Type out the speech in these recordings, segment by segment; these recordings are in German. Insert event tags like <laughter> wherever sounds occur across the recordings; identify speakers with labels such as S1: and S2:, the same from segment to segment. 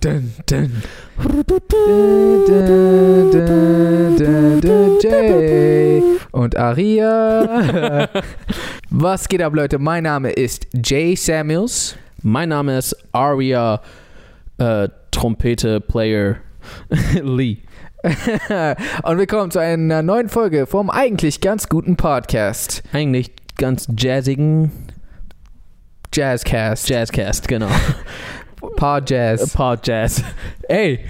S1: Dun, dun.
S2: Jay
S1: Und Aria. <laughs> Was geht ab, Leute? Mein Name ist Jay <laughs> Samuels.
S2: Mein Name ist Aria äh, Trompete Player <laughs> Lee.
S1: Und willkommen zu einer neuen Folge vom eigentlich ganz guten Podcast.
S2: Eigentlich ganz jazzigen
S1: Jazzcast.
S2: Jazzcast, genau.
S1: Paar
S2: Äh,
S1: Jazz.
S2: Part Jazz. Ey,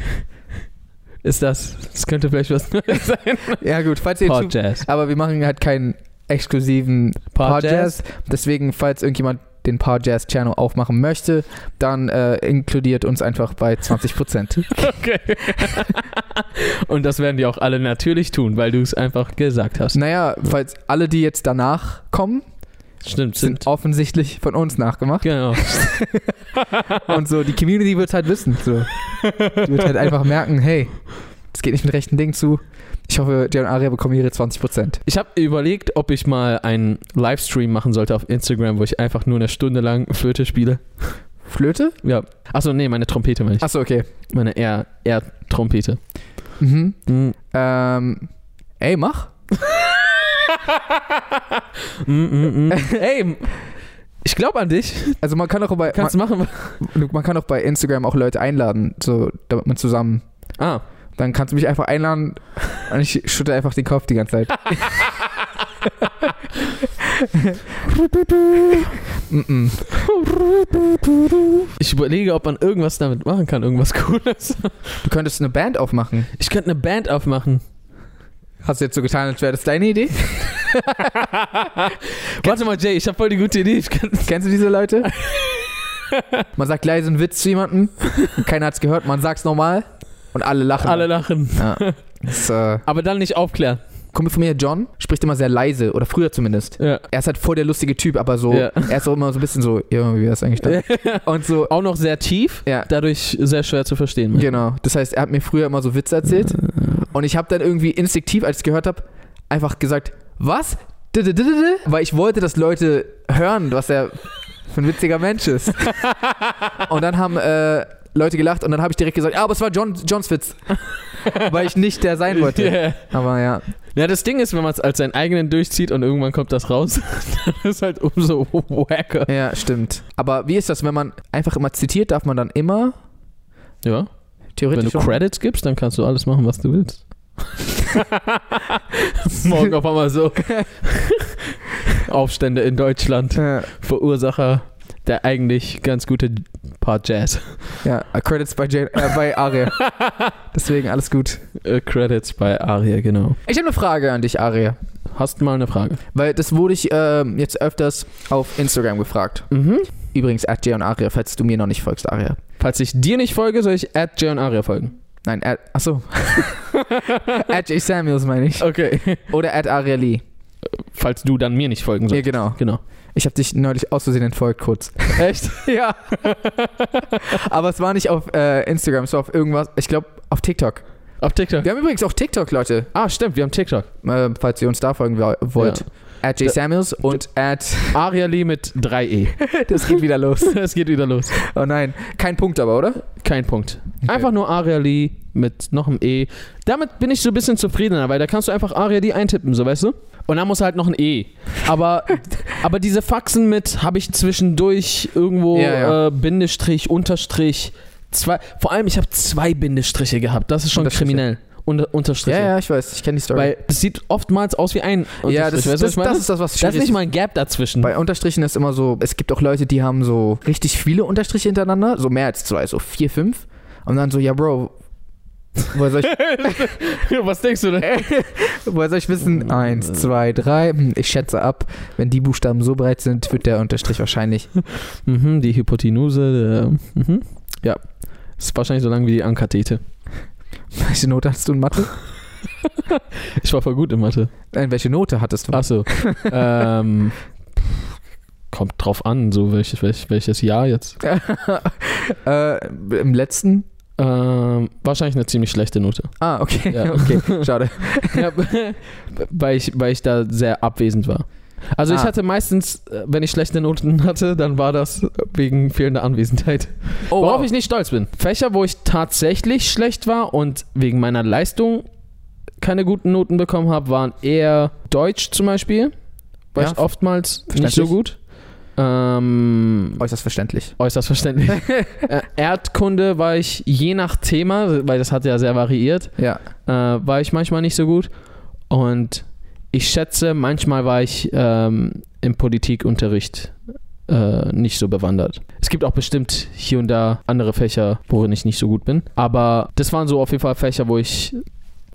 S2: ist das? Das könnte vielleicht was Neues sein.
S1: <laughs> Ja, gut, falls ihr zu,
S2: Part Jazz.
S1: Aber wir machen halt keinen exklusiven
S2: Part
S1: Podcast. Deswegen, falls irgendjemand den Paar Jazz Channel aufmachen möchte, dann äh, inkludiert uns einfach bei 20%.
S2: Okay. <laughs> Und das werden die auch alle natürlich tun, weil du es einfach gesagt hast.
S1: naja, falls alle, die jetzt danach kommen,
S2: Stimmt,
S1: sind,
S2: sind.
S1: offensichtlich von uns nachgemacht.
S2: Genau.
S1: Und so, die Community wird halt wissen. So. Die wird halt einfach merken, hey, das geht nicht mit rechten Dingen zu. Ich hoffe, Jay und Aria bekommen ihre 20%.
S2: Ich habe überlegt, ob ich mal einen Livestream machen sollte auf Instagram, wo ich einfach nur eine Stunde lang Flöte spiele.
S1: Flöte?
S2: Ja. Achso, nee, meine Trompete meine ich.
S1: Achso, okay.
S2: Meine R- R-Trompete.
S1: Mhm.
S2: Mm.
S1: Ähm, ey, <laughs> mach.
S2: Mm, mm, mm. Ey, ich glaube an dich.
S1: Also man kann auch bei...
S2: Kannst du machen.
S1: Luke, man kann auch bei Instagram auch Leute einladen, so damit man zusammen.
S2: Ah.
S1: Dann kannst du mich einfach einladen und ich schütte einfach den Kopf die ganze Zeit. <laughs> mm -mm.
S2: Ich überlege, ob man irgendwas damit machen kann, irgendwas Cooles.
S1: Du könntest eine Band aufmachen.
S2: Ich könnte eine Band
S1: <laughs>
S2: aufmachen.
S1: Hast du jetzt so getan, als wäre das deine Idee?
S2: Warte mal, Jay, ich habe voll die gute Idee. Ich kann,
S1: <laughs> Kennst du diese Leute?
S2: <laughs>
S1: Man sagt leise einen Witz zu jemandem, und keiner hat's gehört, man sagt's normal und alle lachen.
S2: alle lachen.
S1: Das ist, äh,
S2: Aber dann nicht aufklären.
S1: Kumpel von mir, John, spricht immer sehr leise, oder früher zumindest.
S2: Ja.
S1: Er ist halt voll der lustige Typ, aber so,
S2: Ja.
S1: er ist auch immer so ein bisschen so, ja, wie ist
S2: <laughs>
S1: eigentlich da? Und so,
S2: Auch noch sehr tief,
S1: ja,
S2: dadurch sehr schwer zu verstehen.
S1: genau. Das heißt, er hat mir früher immer so Witze erzählt und ich habe dann irgendwie instinktiv, als ich gehört habe, einfach gesagt, was? Dididididi? Weil ich wollte, dass Leute hören, was er für ein witziger Mensch ist.
S2: <laughs>
S1: Und dann haben äh, Leute gelacht und dann habe ich direkt gesagt, ah, aber es war John, Johns
S2: <laughs>
S1: Witz. Weil ich nicht der sein wollte.
S2: Yeah.
S1: Aber ja,
S2: Ja, das Ding ist, wenn man es als seinen eigenen durchzieht und irgendwann kommt das raus, <laughs> dann ist halt umso wacker.
S1: ja, stimmt. Aber wie ist das, wenn man einfach immer zitiert, darf man dann immer
S2: Ja. Wenn du
S1: theoretisch schon-
S2: Credits gibst, dann kannst du alles machen, was du willst. <laughs>
S1: <laughs>
S2: Morgen auf einmal so. Aufstände in Deutschland.
S1: Ja,
S2: Verursacher der eigentlich ganz gute Part <laughs> Jazz.
S1: ja, Credits bei, Jane, äh, bei Aria.
S2: <laughs>
S1: Deswegen alles gut.
S2: Äh, Credits bei Aria, genau.
S1: Ich habe eine Frage an dich, Aria.
S2: Hast du mal eine Frage?
S1: Weil das wurde ich ähm, jetzt öfters auf Instagram gefragt.
S2: Mhm.
S1: Übrigens, at Jay und Aria, falls du mir noch nicht folgst, Aria.
S2: Falls ich dir nicht folge, soll ich at Jay und Aria folgen.
S1: Nein, at, <laughs> achso. at Jay Samuels meine ich.
S2: Okay.
S1: Oder at Aria Lee.
S2: <laughs> Falls du dann mir nicht folgen
S1: Ja,
S2: sollst.
S1: genau.
S2: Genau.
S1: Ich habe dich neulich aus Versehen entfolgt, <laughs> kurz.
S2: Echt?
S1: ja. Aber es war nicht auf äh, Instagram, es war auf irgendwas, ich glaube, auf TikTok.
S2: Auf TikTok.
S1: Wir haben übrigens auch TikTok, Leute.
S2: Ah, stimmt, wir haben TikTok.
S1: Äh, falls ihr uns da folgen wo- wollt.
S2: Ja.
S1: At Jay Samuels <laughs> und at
S2: Aria Lee mit 3e. <laughs>
S1: Das geht wieder los.
S2: Es geht wieder los.
S1: <laughs> Oh nein, kein Punkt aber, oder?
S2: Kein Punkt. Einfach nur Aria Lee mit noch einem E. Damit bin ich so ein bisschen zufriedener, weil da kannst du einfach Aria Lee eintippen, so weißt du? Und dann muss halt noch ein E.
S1: <laughs>
S2: Aber, aber diese Faxen mit habe ich zwischendurch irgendwo
S1: Ja, ja.
S2: Äh, Bindestrich, Unterstrich, zwei. Vor allem, ich habe zwei Bindestriche gehabt. Das ist schon
S1: Unterstriche.
S2: kriminell. Unter, Unterstriche.
S1: ich weiß, ich kenne die Story.
S2: Weil das sieht oftmals aus wie ein Unterstrich.
S1: ja,
S2: weißt
S1: das,
S2: du, was
S1: das,
S2: ich
S1: das,
S2: meine?
S1: ist das, was
S2: da ist
S1: schwierig
S2: nicht mal ein Gap dazwischen.
S1: Bei Unterstrichen ist immer so, es gibt auch Leute, die haben so richtig viele Unterstriche hintereinander, so mehr als zwei, so vier, fünf. Und dann so, ja, Bro, woher soll <laughs> ich,
S2: <laughs> Was denkst du denn?
S1: woher soll ich wissen? Eins, zwei, drei. Hm, Ich schätze ab, wenn die Buchstaben so breit sind, wird der Unterstrich wahrscheinlich. <laughs>
S2: Mhm, die Hypotenuse. Äh, mhm. Ja. Ist wahrscheinlich so lang wie die Ankathete.
S1: Welche Note hattest du in Mathe?
S2: Ich war voll gut in Mathe.
S1: Nein, welche Note hattest du?
S2: Achso. <laughs> ähm, pff, kommt drauf an, so welches, welches, welches Jahr jetzt.
S1: Ah. <laughs> äh, Im letzten?
S2: Ähm, wahrscheinlich eine ziemlich schlechte Note.
S1: Ah, <laughs> okay,
S2: Ja.
S1: okay, schade.
S2: <laughs> ja, weil, ich, weil ich da sehr abwesend war. Also ich
S1: Ah.
S2: hatte meistens, äh, wenn ich schlechte Noten hatte, dann war das wegen fehlender Anwesenheit.
S1: Oh,
S2: Worauf
S1: wow.
S2: ich nicht stolz bin. Fächer, wo ich tatsächlich schlecht war und wegen meiner Leistung keine guten Noten bekommen habe, waren eher Deutsch zum Beispiel. War
S1: Ja,
S2: ich oftmals nicht so
S1: verständlich.
S2: gut. Ähm,
S1: äußerst Oh, verständlich.
S2: äußerst
S1: <laughs>
S2: verständlich. äh, Erdkunde war ich je nach Thema, weil das hatte ja sehr variiert,
S1: Ja.
S2: äh, war ich manchmal nicht so gut. Und ich schätze, manchmal war ich ähm, im Politikunterricht äh, nicht so bewandert. Es gibt auch bestimmt hier und da andere Fächer, worin ich nicht so gut bin. Aber das waren so auf jeden Fall Fächer, wo ich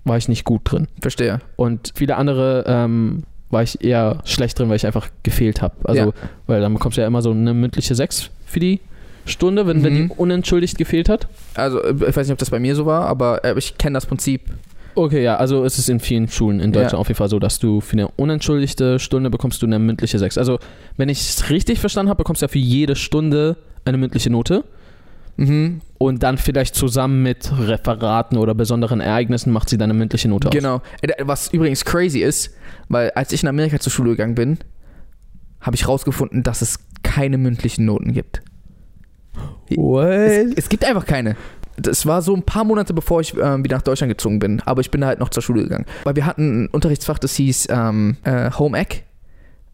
S2: war ich nicht gut drin.
S1: Verstehe.
S2: Und viele andere ähm, war ich eher schlecht drin, weil ich einfach gefehlt habe. Also,
S1: Ja.
S2: weil dann bekommst du ja immer so eine mündliche 6 für die Stunde, wenn, wenn
S1: Mhm.
S2: die unentschuldigt gefehlt hat.
S1: Also, äh, ich weiß nicht, ob das bei mir so war, aber äh, ich kenne das Prinzip.
S2: Okay, ja, also ist es ist in vielen Schulen in Deutschland
S1: Ja.
S2: auf jeden Fall so, dass du für eine unentschuldigte Stunde bekommst du eine mündliche 6. Also, wenn ich es richtig verstanden habe, bekommst du ja für jede Stunde eine mündliche Note.
S1: Mhm.
S2: Und dann vielleicht zusammen mit Referaten oder besonderen Ereignissen macht sie deine mündliche Note aus.
S1: Genau. Äh, Was übrigens crazy ist, weil als ich in Amerika zur Schule gegangen bin, habe ich rausgefunden, dass es keine mündlichen Noten gibt. Es,
S2: What?
S1: es gibt einfach keine. Das war so ein paar Monate, bevor ich ähm, wieder nach Deutschland gezogen bin. Aber ich bin da halt noch zur Schule gegangen. Weil wir hatten ein Unterrichtsfach, das hieß ähm, äh, Home Ec,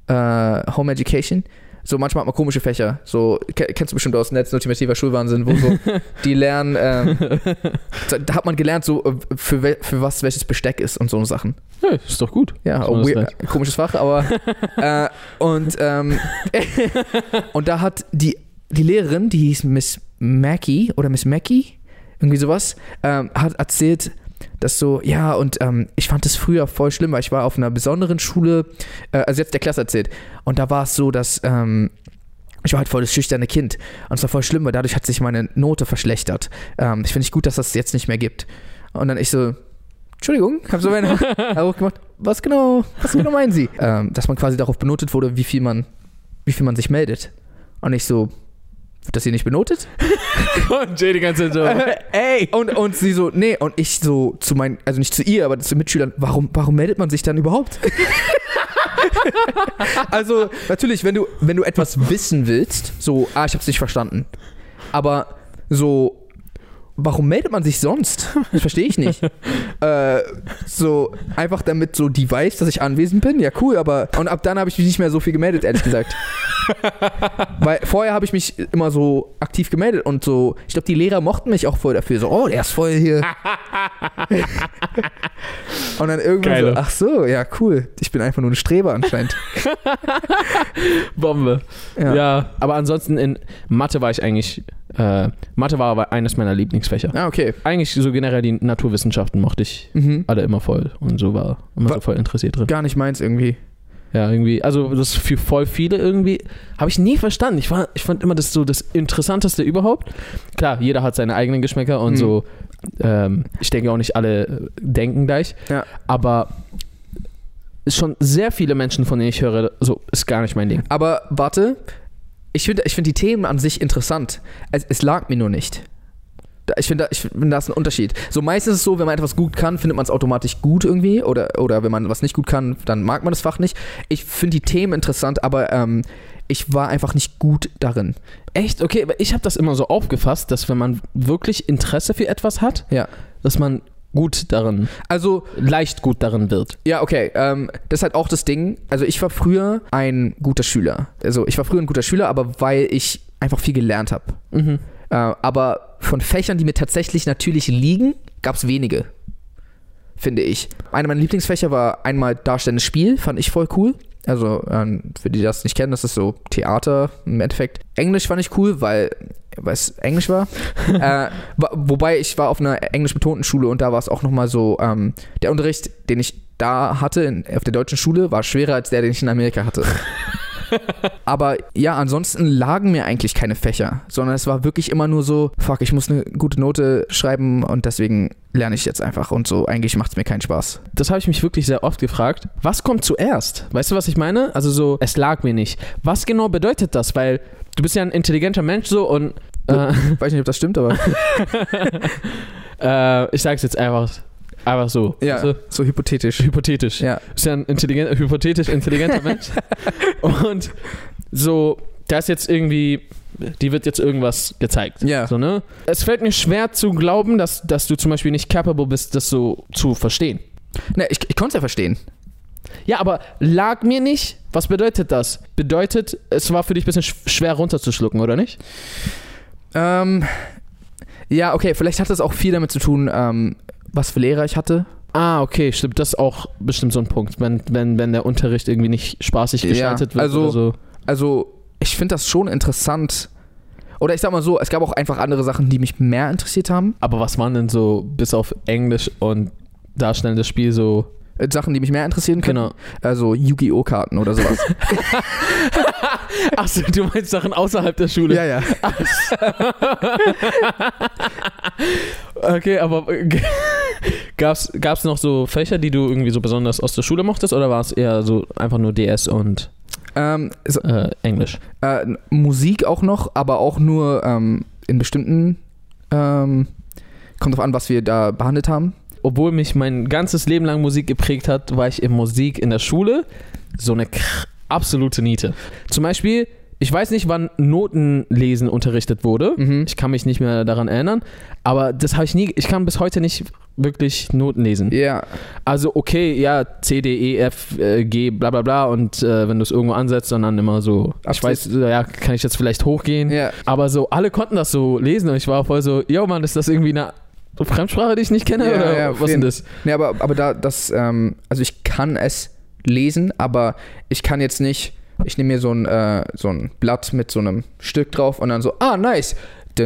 S1: äh, Home Education. So manchmal hat man komische Fächer. So ke- kennst du bestimmt aus Netz, ultimativer Schulwahnsinn,
S2: <laughs>
S1: wo so die lernen. Ähm, da- da hat man gelernt, so äh, für, wel- für was welches Besteck ist und so eine Sachen.
S2: <laughs> Ja, ist doch <laughs> gut.
S1: Ja,
S2: Dass man das
S1: weir-
S2: lernt.
S1: äh, komisches Fach, aber
S2: <laughs>
S1: äh, und ähm, <laughs> und da hat die die Lehrerin, die hieß Miss Mackey oder Miss Mackey, irgendwie sowas, ähm, hat erzählt, dass so, ja, und ähm, ich fand das früher voll schlimm, weil ich war auf einer besonderen Schule, äh, also jetzt der Klasse erzählt, und da war es so, dass ähm, ich war halt voll das schüchterne Kind und es war voll schlimm, weil dadurch hat sich meine Note verschlechtert. Ähm, ich finde es gut, dass das jetzt nicht mehr gibt. Und dann ich so, Entschuldigung, hab
S2: <laughs>
S1: so meine Hand hochgemacht, was genau, was genau meinen Sie? <laughs> Ähm, dass man quasi darauf benotet wurde, wie viel man, wie viel man sich meldet. Und ich so, wird das hier nicht benotet?
S2: Und Jay die ganze Zeit so.
S1: Äh, Ey! Und, und sie so, nee, und ich so zu meinen, also nicht zu ihr, aber zu Mitschülern, warum, warum meldet man sich dann <laughs> überhaupt? also, natürlich, wenn du, wenn du etwas wissen willst, so, ah, ich hab's nicht verstanden. Aber so, warum meldet man sich sonst? Das verstehe ich nicht. äh, so, einfach damit so die weiß, dass ich anwesend bin, ja cool, aber. Und ab dann habe ich mich nicht mehr so viel gemeldet, ehrlich gesagt. Weil vorher habe ich mich immer so aktiv gemeldet und so, ich glaube, die Lehrer mochten mich auch voll dafür. So, oh, der ist voll hier. und dann irgendwann
S2: Geile.
S1: so, ach so, ja, cool. Ich bin einfach nur ein Streber anscheinend.
S2: Bombe. Ja. aber ansonsten in Mathe war ich eigentlich, äh, Mathe war aber eines meiner Lieblingsfächer.
S1: Ah, okay.
S2: Eigentlich so generell die Naturwissenschaften mochte ich
S1: Mhm.
S2: alle immer voll und so war immer so
S1: Wa-
S2: voll interessiert drin.
S1: Gar nicht meins irgendwie.
S2: Ja, irgendwie, also das ist für voll viele irgendwie, habe ich nie verstanden. Ich, war, ich fand immer das so das Interessanteste überhaupt. Klar, jeder hat seine eigenen Geschmäcker und
S1: Mhm.
S2: so, ähm, ich denke auch nicht alle äh, denken gleich,
S1: Ja.
S2: aber schon sehr viele Menschen, von denen ich höre, so ist gar nicht mein Ding.
S1: Aber warte, ich finde ich find die Themen an sich interessant. Es, es lag mir nur nicht. Da- Ich finde, da, ich find, da ist ein Unterschied. So meistens ist es so, wenn man etwas gut kann, findet man es automatisch gut irgendwie. Oder, oder wenn man was nicht gut kann, dann mag man das Fach nicht. Ich finde die Themen interessant, aber ähm, ich war einfach nicht gut darin.
S2: Echt? Okay, aber ich habe das immer so aufgefasst, dass wenn man wirklich Interesse für etwas hat,
S1: Ja.
S2: dass man gut darin,
S1: Also,
S2: leicht gut darin wird.
S1: Ja, okay. Ähm, das ist halt auch das Ding. Also ich war früher ein guter Schüler. Also ich war früher ein guter Schüler, aber weil ich einfach viel gelernt habe.
S2: Mhm.
S1: Äh, aber von Fächern, die mir tatsächlich natürlich liegen, gab es wenige. Finde ich. Einer meiner Lieblingsfächer war einmal Darstellendes Spiel, fand ich voll cool. Also, ähm, für die, die das nicht kennen, das ist so Theater im Endeffekt. Englisch fand ich cool, weil, weil es Englisch war. äh, wa- wobei ich war auf einer englisch betonten Schule und da war es auch nochmal so, ähm, der Unterricht, den ich da hatte, in, auf der deutschen Schule, war schwerer als der, den ich in Amerika hatte. Aber ja, ansonsten lagen mir eigentlich keine Fächer, sondern es war wirklich immer nur so, fuck, ich muss eine gute Note schreiben und deswegen lerne ich jetzt einfach und so, eigentlich macht es mir keinen Spaß.
S2: Das habe ich mich wirklich sehr oft gefragt. Was kommt zuerst? Weißt du, was ich meine? Also so, es lag mir nicht. Was genau bedeutet das? Weil du bist ja ein intelligenter Mensch so und äh,
S1: <laughs> Weiß nicht, ob das stimmt, aber
S2: äh, ich sage es jetzt einfach. Einfach so.
S1: Ja,
S2: Also,
S1: so hypothetisch.
S2: hypothetisch.
S1: Ja.
S2: Ist ja ein intelligent, hypothetisch intelligenter
S1: <laughs>
S2: Mensch. Und so, da ist jetzt irgendwie, die wird jetzt irgendwas gezeigt.
S1: Ja.
S2: So, ne? Es fällt mir schwer zu glauben, dass, dass du zum Beispiel nicht capable bist, das so zu verstehen.
S1: Ne, ich, ich konnte es ja verstehen.
S2: Ja, aber lag mir nicht. Was bedeutet das? Bedeutet, es war für dich ein bisschen sch- schwer runterzuschlucken, oder nicht?
S1: Ähm, ja, okay, vielleicht hat das auch viel damit zu tun, ähm, was für Lehrer ich hatte.
S2: Ah, okay, stimmt. Das ist auch bestimmt so ein Punkt, wenn, wenn, wenn der Unterricht irgendwie nicht spaßig
S1: Ja,
S2: gestaltet wird.
S1: also-
S2: oder so.
S1: Also, ich finde das schon interessant. Oder ich sag mal so, es gab auch einfach andere Sachen, die mich mehr interessiert haben.
S2: Aber was waren denn so, bis auf Englisch und darstellendes Spiel so.
S1: <laughs> Äh, Sachen, die mich mehr interessieren können.
S2: Genau.
S1: Also Yu-Gi-Oh! Karten oder sowas.
S2: Achso, du meinst Sachen außerhalb der Schule.
S1: ja.
S2: Okay, aber äh, g- <laughs> gab's, gab's noch so Fächer, die du irgendwie so besonders aus der Schule mochtest oder war es eher so einfach nur DS und
S1: Ähm, so,
S2: äh, Englisch?
S1: äh, Musik auch noch, aber auch nur ähm, in bestimmten. Ähm, kommt drauf an, was wir da behandelt haben.
S2: Obwohl mich mein ganzes Leben lang Musik geprägt hat, war ich in Musik in der Schule so eine kr- absolute Niete. Zum Beispiel, ich weiß nicht, wann Notenlesen unterrichtet wurde.
S1: Mhm.
S2: Ich kann mich nicht mehr daran erinnern, aber das habe ich nie, ich kann bis heute nicht wirklich Noten lesen.
S1: Ja,
S2: Also okay, ja, C, D, E, F, äh, G, bla bla bla und äh, wenn du es irgendwo ansetzt, dann, dann immer so, ich
S1: Abzug.
S2: weiß, äh, ja, kann ich jetzt vielleicht hochgehen,
S1: ja.
S2: aber so, alle konnten das so lesen und ich war voll so, yo Mann, ist das irgendwie eine Fremdsprache, die ich nicht kenne
S1: Ja,
S2: oder
S1: ja, auf
S2: was ist denn
S1: jeden-
S2: das?
S1: Nee, aber, aber da, das, ähm, also ich kann es lesen, aber ich kann jetzt nicht, ich nehme mir so ein, äh, so ein Blatt mit so einem Stück drauf und dann so,
S2: <laughs>
S1: ah, nice.
S2: yeah,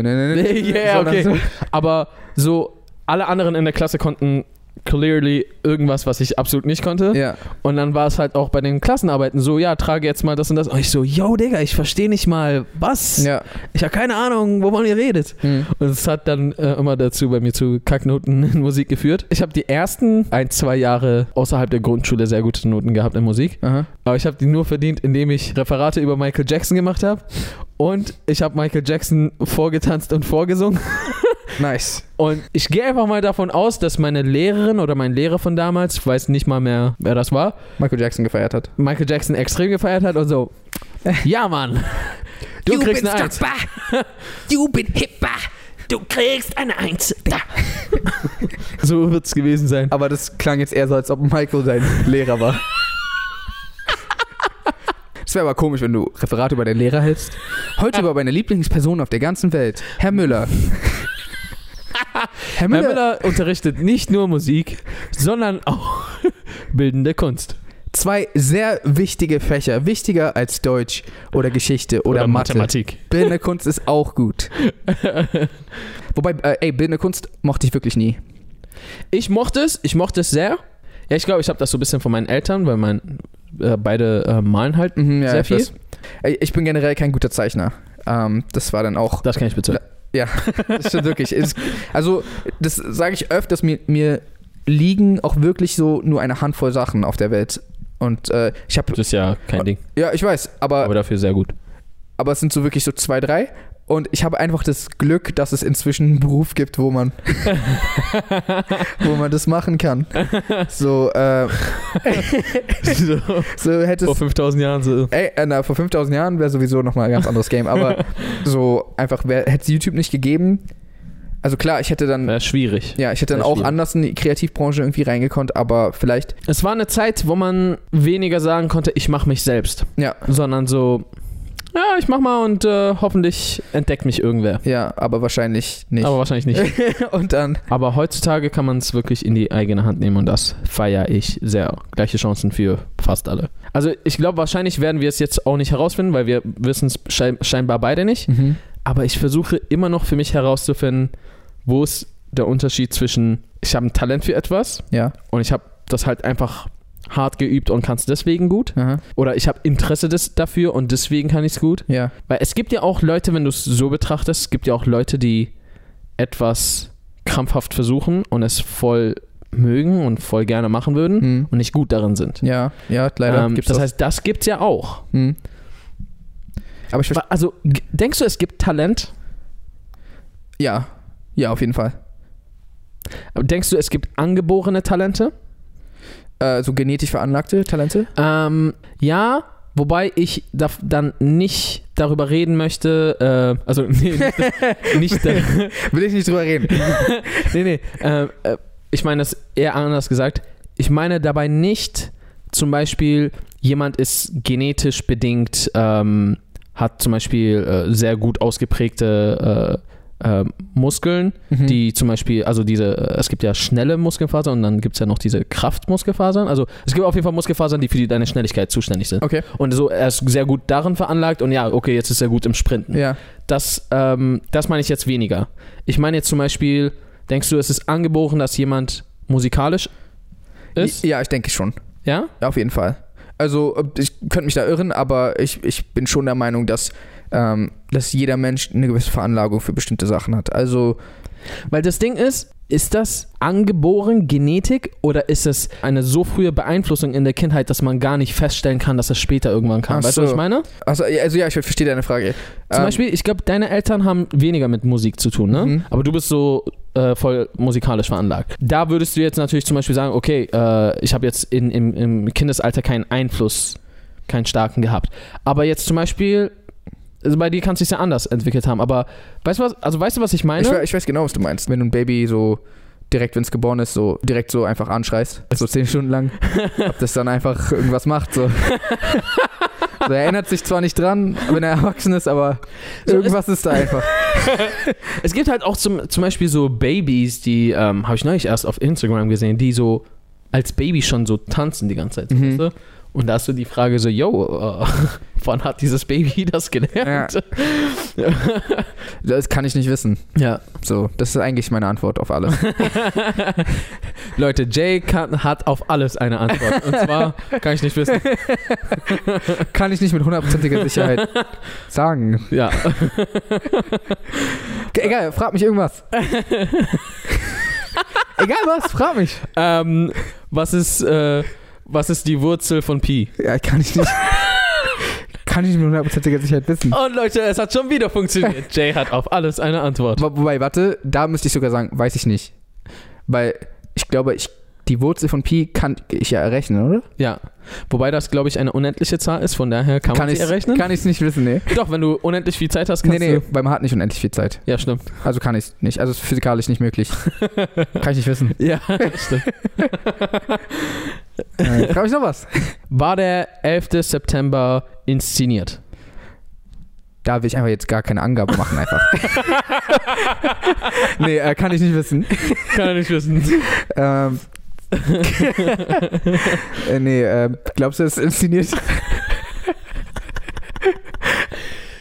S1: Sondern
S2: okay.
S1: so-
S2: Aber so, alle anderen in der Klasse konnten clearly irgendwas, was ich absolut nicht konnte.
S1: <laughs> Ja,
S2: Und dann war es halt auch bei den Klassenarbeiten so, ja, trage jetzt mal das und das. Und ich so, yo, Digga, ich verstehe nicht mal, was?
S1: ja.
S2: Ich habe keine Ahnung, wovon ihr redet.
S1: Mhm.
S2: Und es hat dann äh, immer dazu bei mir zu Kacknoten <laughs> in Musik geführt. Ich habe die ersten ein, zwei Jahre außerhalb der Grundschule sehr gute Noten gehabt in Musik.
S1: Aha.
S2: Aber ich habe die nur verdient, indem ich Referate über Michael Jackson gemacht habe. Und ich habe Michael Jackson vorgetanzt und vorgesungen.
S1: Nice.
S2: Und ich gehe einfach mal davon aus, dass meine Lehrerin oder mein Lehrer von damals, ich weiß nicht mal mehr, wer das war,
S1: Michael Jackson gefeiert hat.
S2: Michael Jackson extrem gefeiert hat und
S1: <laughs>
S2: so. Ja, Mann. Du kriegst eine Eins.
S1: You been hipper. Du kriegst eine Eins.
S2: So wird es gewesen sein.
S1: Aber das klang jetzt eher so, als ob Michael dein Lehrer war. Es wäre aber komisch, wenn du Referat über deinen Lehrer hältst. Heute über meine Lieblingsperson auf der ganzen Welt, Herr Müller. Herr
S2: Herr
S1: Müller,
S2: Müller unterrichtet nicht nur Musik, sondern auch <laughs> bildende Kunst.
S1: zwei sehr wichtige Fächer, wichtiger als Deutsch oder Geschichte oder, Mathe.
S2: Mathematik.
S1: Bildende Kunst ist auch gut. <laughs> Wobei, äh, ey, bildende Kunst mochte ich wirklich nie.
S2: Ich mochte es, ich mochte es sehr. Ja, ich glaube, ich habe das so ein bisschen von meinen Eltern, weil mein, äh, beide äh, malen halt
S1: Mhm,
S2: sehr
S1: ich
S2: viel.
S1: weiß. Ey, ich bin generell kein guter Zeichner. Ähm, das war dann auch <laughs>
S2: Das kann ich bezeugen.
S1: Das stimmt wirklich. Es, also, das sage ich öfters, mir, mir liegen auch wirklich so nur eine Handvoll Sachen auf der Welt. Und äh, ich habe,
S2: Das ist ja kein Ding,
S1: ja, ich weiß, aber,
S2: aber dafür sehr <laughs> gut.
S1: aber es sind so wirklich so zwei, drei. Und ich habe einfach das Glück, dass es inzwischen einen Beruf gibt, wo man, wo man das machen kann. So, äh,
S2: so,
S1: so
S2: vor
S1: hättest
S2: 5000 Jahren so.
S1: Ey, äh, na, vor 5000 Jahren wäre sowieso nochmal ein ganz anderes
S2: <laughs>
S1: Game. Aber so einfach, wär- hätte es YouTube nicht gegeben. Also klar, ich hätte dann
S2: Wäre schwierig.
S1: Ja, ich hätte dann
S2: Sehr
S1: auch
S2: schwierig.
S1: anders in die Kreativbranche irgendwie reingekonnt, aber vielleicht.
S2: Es war eine Zeit, wo man weniger sagen konnte, ich mache mich selbst,
S1: Ja,
S2: sondern so, ja, ich mach mal und äh, hoffentlich entdeckt mich irgendwer.
S1: ja, aber wahrscheinlich nicht.
S2: Aber wahrscheinlich nicht.
S1: <laughs> und dann.
S2: Aber heutzutage kann man es wirklich in die eigene Hand nehmen und das feiere ich sehr. Gleiche Chancen für fast alle. Also ich glaube, wahrscheinlich werden wir es jetzt auch nicht herausfinden, weil wir wissen es schein scheinbar beide nicht. Aber ich versuche immer noch für mich herauszufinden, wo ist der Unterschied zwischen, ich habe ein Talent für etwas
S1: Ja.
S2: und ich habe das halt einfach hart geübt und kann es deswegen gut.
S1: Aha.
S2: Oder ich habe Interesse des, dafür und deswegen kann ich es gut.
S1: Ja.
S2: Weil es gibt ja auch Leute, wenn du es so betrachtest, es gibt ja auch Leute, die etwas krampfhaft versuchen und es voll mögen und voll gerne machen würden
S1: Mhm.
S2: und nicht gut darin sind.
S1: Ja, ja, leider.
S2: ähm,
S1: gibt's
S2: das heißt, das gibt's ja auch.
S1: Mhm. Aber ich verstehe.
S2: Wa- Also g- denkst du, es gibt Talent?
S1: Ja. Ja, auf jeden Fall.
S2: Aber Denkst du, es gibt angeborene Talente?
S1: Äh, so genetisch veranlagte Talente?
S2: Ähm, ja, wobei ich da, dann nicht darüber reden möchte, äh, also <laughs> nee, nicht, nicht da,
S1: Will ich nicht drüber reden.
S2: nee, nee, äh, äh, ich meine das eher anders gesagt. Ich meine dabei nicht zum Beispiel, jemand ist genetisch bedingt, ähm, hat zum Beispiel äh, sehr gut ausgeprägte äh, äh, Muskeln,
S1: Mhm.
S2: die zum Beispiel, also diese, äh, es gibt ja schnelle Muskelfasern und dann gibt es ja noch diese Kraftmuskelfasern. Also es gibt auf jeden Fall Muskelfasern, die für die, deine Schnelligkeit zuständig sind.
S1: Okay.
S2: Und so, er ist sehr gut darin veranlagt und ja, okay, jetzt ist er gut im Sprinten.
S1: Ja.
S2: Das, ähm, das meine ich jetzt weniger. Ich meine jetzt zum Beispiel, denkst du, es ist angeboren, dass jemand musikalisch ist?
S1: Ja, ich denke schon.
S2: Ja?
S1: Ja, auf jeden Fall. Also, äh, ich könnte mich da irren, aber ich, ich bin schon der Meinung, dass, ähm, dass jeder Mensch eine gewisse Veranlagung für bestimmte Sachen hat. Also,
S2: Weil das Ding ist, ist das angeboren Genetik oder ist es eine so frühe Beeinflussung in der Kindheit, dass man gar nicht feststellen kann, dass es später irgendwann kam?
S1: Ach
S2: weißt du, was
S1: so.
S2: ich meine?
S1: also, also ja, ich verstehe deine Frage.
S2: Zum
S1: Ähm,
S2: Beispiel, ich glaube, deine Eltern haben weniger mit Musik zu tun, ne?
S1: Mhm.
S2: Aber du bist so äh, voll musikalisch veranlagt. Da würdest du jetzt natürlich zum Beispiel sagen, okay, äh, ich habe jetzt in, im, im Kindesalter keinen Einfluss, keinen starken gehabt. Aber jetzt zum Beispiel, also bei dir kann es sich ja anders entwickelt haben. Aber weißt du was, also weißt du, was ich meine?
S1: Ich, we- ich weiß genau, was du meinst. Wenn du ein Baby so direkt, wenn es geboren ist, so direkt so einfach anschreist, so zehn Stunden <laughs> lang, ob das dann einfach irgendwas macht. <laughs> So. so er erinnert sich zwar nicht dran, wenn er erwachsen ist, aber
S2: So
S1: irgendwas ist da einfach.
S2: Es gibt halt auch zum, zum Beispiel so Babys, die ähm, habe ich neulich erst auf Instagram gesehen, die so als Baby schon so tanzen die ganze Zeit.
S1: Mhm.
S2: Weißt du? Und da hast du die Frage so, yo, äh, <laughs> wann hat dieses Baby <laughs> das gelernt?
S1: Das kann ich nicht wissen.
S2: <laughs> Ja.
S1: So, das ist eigentlich meine Antwort auf alles.
S2: <laughs> Leute, Jay kann, hat auf alles eine Antwort. Und zwar kann ich nicht wissen.
S1: <laughs> Kann ich nicht mit hundertprozentiger Sicherheit sagen.
S2: Ja.
S1: Egal, frag mich <laughs> irgendwas. Egal was, frag mich.
S2: ähm, was ist äh, was ist die Wurzel von Pi?
S1: Ja, kann ich <laughs> nicht. Kann ich mit hundertprozentiger Sicherheit wissen.
S2: Und Leute, es hat schon wieder funktioniert. Jay hat auf alles eine Antwort.
S1: Wo- Wobei, warte, da müsste ich sogar sagen, weiß ich nicht. Weil ich glaube, ich, die Wurzel von Pi kann ich ja errechnen, oder?
S2: Ja. Wobei das, glaube ich, eine unendliche Zahl ist, von daher kann, man sie
S1: ich's-
S2: errechnen.
S1: Kann ich es nicht wissen, nee.
S2: Doch, wenn du unendlich viel Zeit hast,
S1: Nee,
S2: kannst
S1: nee,
S2: du.
S1: weil man hat nicht unendlich viel Zeit.
S2: Ja, stimmt.
S1: Also kann ich nicht. Also ist physikalisch nicht möglich.
S2: <laughs>
S1: kann ich nicht wissen.
S2: Ja, <laughs> stimmt.
S1: Äh, Habe ich noch was?
S2: War der 11. September inszeniert?
S1: Da will ich einfach jetzt gar keine Angabe machen, einfach. nee, äh, kann ich nicht wissen.
S2: Kann er nicht wissen.
S1: Ähm,
S2: <laughs>
S1: äh, nee, äh, glaubst du, es ist inszeniert?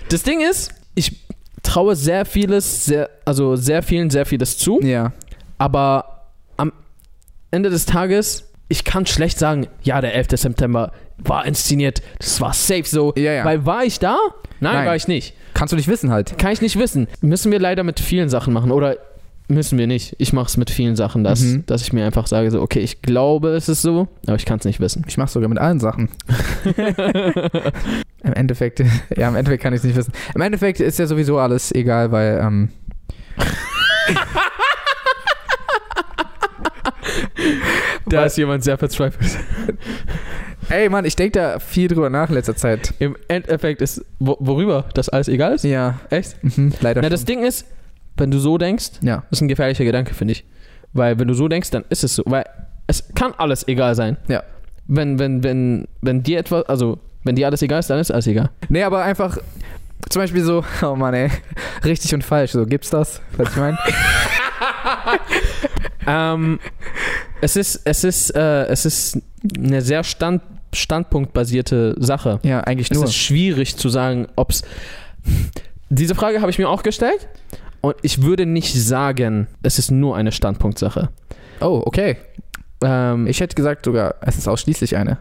S2: Das Ding ist, ich traue sehr vieles, sehr, also sehr vielen, sehr vieles zu,
S1: Ja.
S2: aber am Ende des Tages, ich kann schlecht sagen, ja, der 11. September war inszeniert, das war safe so.
S1: Ja, ja.
S2: Weil war ich da? Nein,
S1: Nein.
S2: war ich nicht.
S1: Kannst du nicht wissen halt.
S2: Kann ich nicht wissen. Müssen wir leider mit vielen Sachen machen oder müssen wir nicht? Ich mache es mit vielen Sachen, dass,
S1: Mhm.
S2: dass ich mir einfach sage, so, okay, ich glaube, es ist so, aber ich kann es nicht
S1: <laughs>
S2: wissen.
S1: Ich mache sogar mit allen Sachen. Im Endeffekt, <laughs> ja, im Endeffekt kann ich es nicht wissen. Im Endeffekt ist ja sowieso alles egal, weil, ähm,
S2: da ist jemand sehr verzweifelt.
S1: ey Mann, ich denke da viel drüber nach in letzter Zeit.
S2: Im Endeffekt ist, wo, worüber das alles egal ist?
S1: Ja,
S2: Echt?
S1: mhm, leider.
S2: Na, das
S1: schon.
S2: Ding ist, wenn du so denkst,
S1: ja,
S2: ist ein gefährlicher Gedanke, finde ich. Weil wenn du so denkst, dann ist es so. Weil es kann alles egal sein.
S1: ja.
S2: Wenn, wenn, wenn, wenn dir etwas, also wenn dir alles egal ist, dann ist alles egal.
S1: Nee, aber einfach, zum Beispiel so, <laughs> oh Mann, ey, richtig und falsch, so, gibt's das? Was ich meine?
S2: Ähm, es ist, es ist, äh, es ist eine sehr stand, standpunktbasierte Sache.
S1: Ja, eigentlich
S2: Es
S1: nur.
S2: ist schwierig zu sagen, ob es. Diese Frage habe ich mir auch gestellt und ich würde nicht sagen, es ist nur eine Standpunktsache.
S1: Oh, okay.
S2: Ähm, ich
S1: Ich hätte gesagt sogar, es ist ausschließlich eine.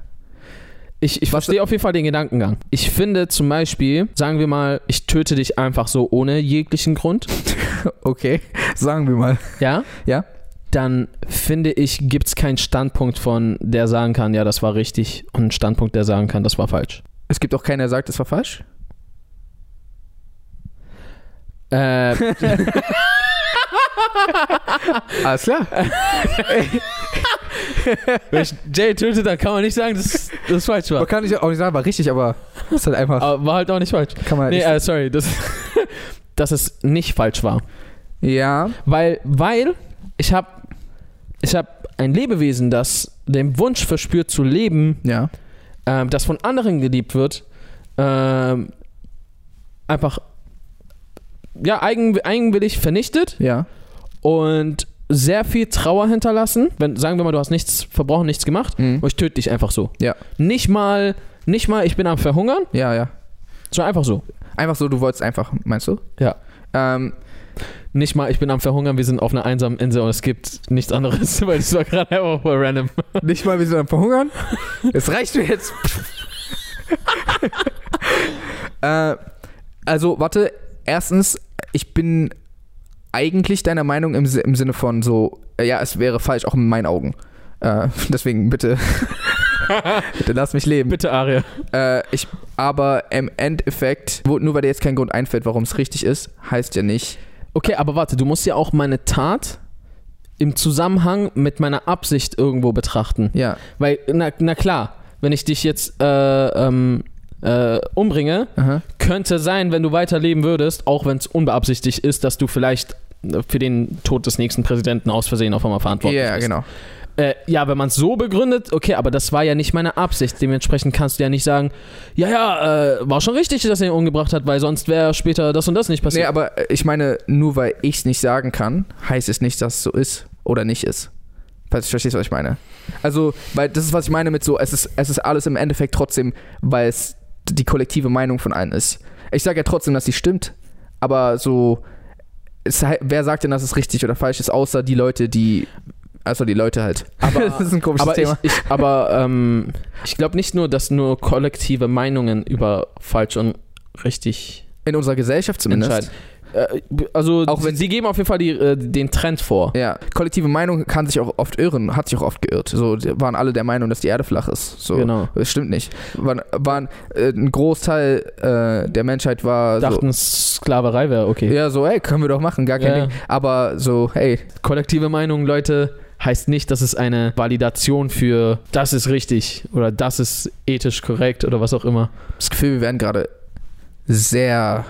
S2: ich, ich verstehe auf jeden Fall den Gedankengang. Ich finde zum Beispiel, sagen wir mal, ich töte dich einfach so ohne jeglichen Grund. <laughs>
S1: Okay, <laughs> sagen wir mal.
S2: Ja?
S1: Ja.
S2: Dann finde ich, gibt es keinen Standpunkt von, der sagen kann, ja, das war richtig und einen Standpunkt, der sagen kann, das war falsch.
S1: Es gibt auch keinen, der sagt, es war falsch?
S2: <laughs> Äh,
S1: Alles klar.
S2: Wenn ich Jay tötet, dann kann man nicht sagen, dass das falsch
S1: Man
S2: war.
S1: kann nicht auch nicht sagen, war richtig, aber ist halt einfach.
S2: Aber war halt auch nicht falsch.
S1: Kann man halt
S2: Nee,
S1: nicht.
S2: äh, sorry, das, <laughs> dass es nicht falsch war. äh,
S1: ja.
S2: Weil, weil ich habe ich hab ein Lebewesen, das den Wunsch verspürt zu leben,
S1: Ja.
S2: ähm, das von anderen geliebt wird, ähm, einfach ja, eigen, eigenwillig vernichtet
S1: Ja.
S2: und sehr viel Trauer hinterlassen. Wenn, sagen wir mal, du hast nichts verbrochen, nichts gemacht
S1: Mhm.
S2: und ich töte dich einfach so.
S1: Ja.
S2: Nicht mal, nicht mal, ich bin am Verhungern,
S1: Ja, ja.
S2: sondern einfach so.
S1: Einfach so, du wolltest einfach, meinst du?
S2: Ja.
S1: Ähm,
S2: Nicht mal, ich bin am Verhungern, wir sind auf einer einsamen Insel und es gibt nichts anderes, <laughs> weil das war gerade einfach voll random.
S1: nicht mal, wir sind am Verhungern. Es reicht
S2: <laughs>
S1: mir jetzt. äh, also, warte. Erstens, ich bin eigentlich deiner Meinung im, Si- im Sinne von so, äh, ja, es wäre falsch, auch in meinen Augen. Äh, <laughs> deswegen, bitte. bitte lass mich leben.
S2: Bitte, Aria.
S1: Äh, ich, aber im Endeffekt, wo, nur weil dir jetzt kein Grund einfällt, warum es richtig ist, heißt ja nicht.
S2: Okay, aber warte, du musst ja auch meine Tat im Zusammenhang mit meiner Absicht irgendwo betrachten.
S1: Ja,
S2: Weil, na, na klar, wenn ich dich jetzt äh, ähm, äh, umbringe,
S1: aha.
S2: könnte sein, wenn du weiterleben würdest, auch wenn es unbeabsichtigt ist, dass du vielleicht äh, für den Tod des nächsten Präsidenten aus Versehen auf einmal
S1: Ja,
S2: verantwortlich bist.
S1: genau.
S2: Äh, ja, wenn man es so begründet, okay, aber das war ja nicht meine Absicht. Dementsprechend kannst du ja nicht sagen, ja, ja, äh, war schon richtig, dass er ihn umgebracht hat, weil sonst wäre später das und das nicht
S1: Nee,
S2: passiert.
S1: aber äh, ich meine, nur weil ich es nicht sagen kann, heißt es nicht, dass es so ist oder nicht ist. Falls du verstehst, was ich meine. Also, weil das ist, was ich meine mit so, es ist, es ist alles im Endeffekt trotzdem, weil es die kollektive Meinung von allen ist. Ich sage ja trotzdem, dass sie stimmt, aber so, es, hei- wer sagt denn, dass es richtig oder falsch ist, außer die Leute, die, also die Leute <laughs> halt.
S2: Aber-
S1: das ist ein komisches
S2: aber
S1: Thema.
S2: ich, ich, aber, ähm, ich glaube nicht nur, dass nur kollektive Meinungen über falsch und richtig
S1: In unserer Gesellschaft zumindest.
S2: entscheiden. Äh, also,
S1: Auch
S2: auch
S1: wenn-
S2: wenn sie geben auf jeden Fall die, äh, den Trend vor.
S1: Ja, kollektive Meinung kann sich auch oft irren, hat sich auch oft geirrt. So die waren alle der Meinung, dass die Erde flach ist. So,
S2: Genau.
S1: Das stimmt nicht. Waren, waren äh, ein Großteil äh, der Menschheit war so,
S2: Dachten, Sklaverei wäre okay.
S1: ja so, ey, können wir doch machen, gar kein
S2: Ja.
S1: Ding. Aber so, hey,
S2: Kollektive Meinung, Leute, heißt nicht, dass es eine Validation für das ist richtig oder das ist ethisch korrekt oder was auch immer. <laughs>
S1: das Gefühl, wir werden gerade sehr,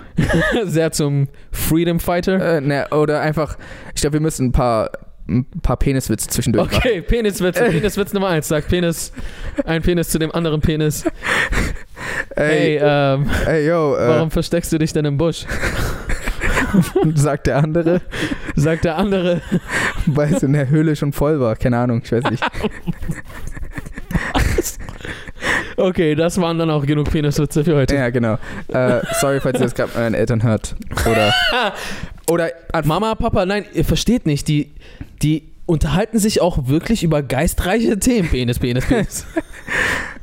S2: Sehr zum Freedom Fighter.
S1: äh, ne, oder einfach, ich glaube, wir müssen ein paar, ein paar Peniswitze zwischendurch machen. <laughs>
S2: Okay, Peniswitz, Peniswitz Nummer eins. Sagt Penis, ein Penis zu dem anderen Penis. Hey,
S1: Ey,
S2: ähm,
S1: ey, yo, äh,
S2: warum versteckst du dich denn im Busch?
S1: <laughs> sagt der andere,
S2: Sagt der andere.
S1: weil es in der Höhle schon voll war. Keine Ahnung, ich weiß nicht.
S2: <laughs> Okay, das waren dann auch genug Peniswitze für heute.
S1: Ja, genau. Äh, sorry, falls ihr das gerade mit euren Eltern hört. Oder. Oder.
S2: Mama, Papa, nein, ihr versteht nicht, die, die unterhalten sich auch wirklich über geistreiche Themen. Penis, Penis, Penis.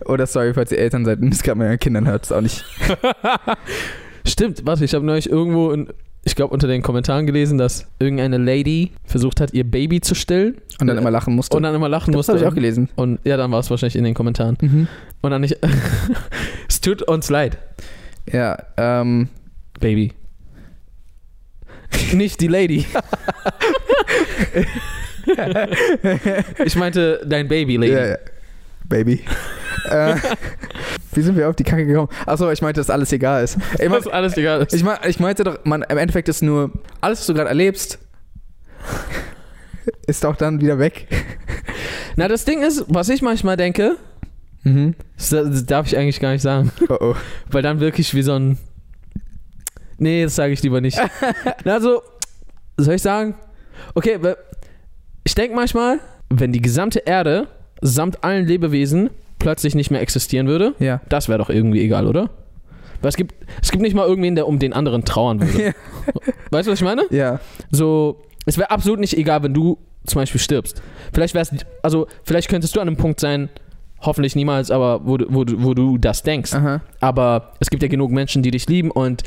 S1: Oder sorry, falls ihr Eltern seid und das gerade mit euren Kindern hört. Ist auch nicht.
S2: <laughs> Stimmt, warte, ich habe neulich irgendwo in, ich glaube unter den Kommentaren gelesen, dass irgendeine Lady versucht hat, ihr Baby zu stillen
S1: Und dann immer lachen musste.
S2: Äh, und dann immer lachen
S1: das
S2: musste.
S1: habe ich auch gelesen.
S2: und ja, dann war es wahrscheinlich in den Kommentaren. Und dann nicht. <laughs> es tut uns leid,
S1: Ja, ähm.
S2: Baby. Nicht die
S1: <laughs>
S2: Lady. ich meinte dein Baby, Lady.
S1: ja, ja. Baby.
S2: <laughs>
S1: äh, wie sind wir auf die Kacke gekommen? Achso, ich meinte, dass alles egal ist. Ich, mein,
S2: Was alles egal ist.
S1: ich, mein, ich meinte doch, man, im Endeffekt ist nur, alles, was du gerade erlebst, ist auch dann wieder weg.
S2: Na, das Ding ist, was ich manchmal denke,
S1: Mhm.
S2: das, das darf ich eigentlich gar nicht sagen.
S1: Oh oh.
S2: Weil dann wirklich wie so ein. Nee, das sage ich lieber <laughs> nicht. Na, Also, soll ich sagen? Okay, we- ich denke manchmal, wenn die gesamte Erde samt allen Lebewesen plötzlich nicht mehr existieren würde,
S1: Ja.
S2: das wäre doch irgendwie egal, oder? Weil es gibt, es gibt nicht mal irgendwen, der um den anderen trauern <laughs> würde. weißt du, was ich meine?
S1: Ja.
S2: So, es wäre absolut nicht egal, wenn du zum Beispiel stirbst. Vielleicht wär's, also, vielleicht könntest du an einem Punkt sein, hoffentlich niemals, aber wo, du- wo, du- wo du das denkst.
S1: Aha.
S2: Aber es gibt ja genug Menschen, die dich lieben und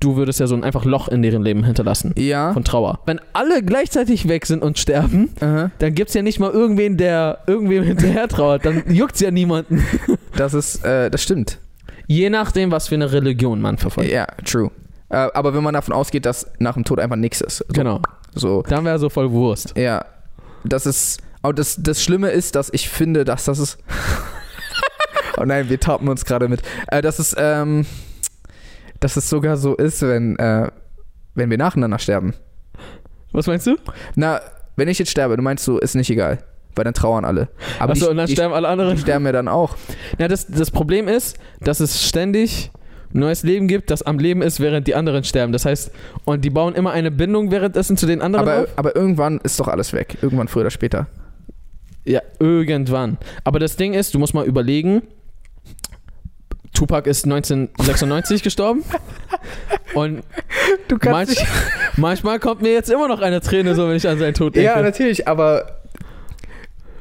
S2: du würdest ja so ein einfach Loch in deren Leben hinterlassen.
S1: Ja.
S2: Von Trauer. Wenn alle gleichzeitig weg sind und sterben,
S1: Aha.
S2: dann gibt es ja nicht mal irgendwen, <laughs> der irgendwem hinterher trauert. Dann juckt es ja niemanden.
S1: Das ist, äh, das stimmt.
S2: Je nachdem, was für eine Religion man verfolgt.
S1: Ja, true. Äh, aber wenn man davon ausgeht, dass nach dem Tod einfach nichts ist.
S2: Genau.
S1: So.
S2: Dann wäre so voll Wurst.
S1: Ja, das ist. Aber das, das Schlimme ist, dass ich finde, dass das <laughs> ist. oh nein, wir tappen uns gerade mit. Äh, dass es, ähm, dass es sogar so ist, wenn, äh, wenn wir nacheinander sterben.
S2: Was meinst du?
S1: Na, wenn ich jetzt sterbe, du meinst so, ist nicht egal. Weil dann trauern alle. Aber
S2: Achso,
S1: die,
S2: und dann
S1: die,
S2: sterben alle
S1: die
S2: anderen.
S1: sterben ja dann <laughs> auch.
S2: Na, das, das Problem ist, dass es ständig neues Leben gibt, das am Leben ist, während die anderen sterben. Das heißt, und die bauen immer eine Bindung währenddessen zu den anderen
S1: Aber,
S2: auf.
S1: aber irgendwann ist doch alles weg. Irgendwann früher oder später.
S2: Ja, irgendwann. Aber das Ding ist, du musst mal überlegen, Tupac ist 1996 <laughs> gestorben und
S1: Du
S2: manch, <laughs> manchmal kommt mir jetzt immer noch eine Träne, so wenn ich an seinen Tod denke.
S1: Ja, natürlich, aber.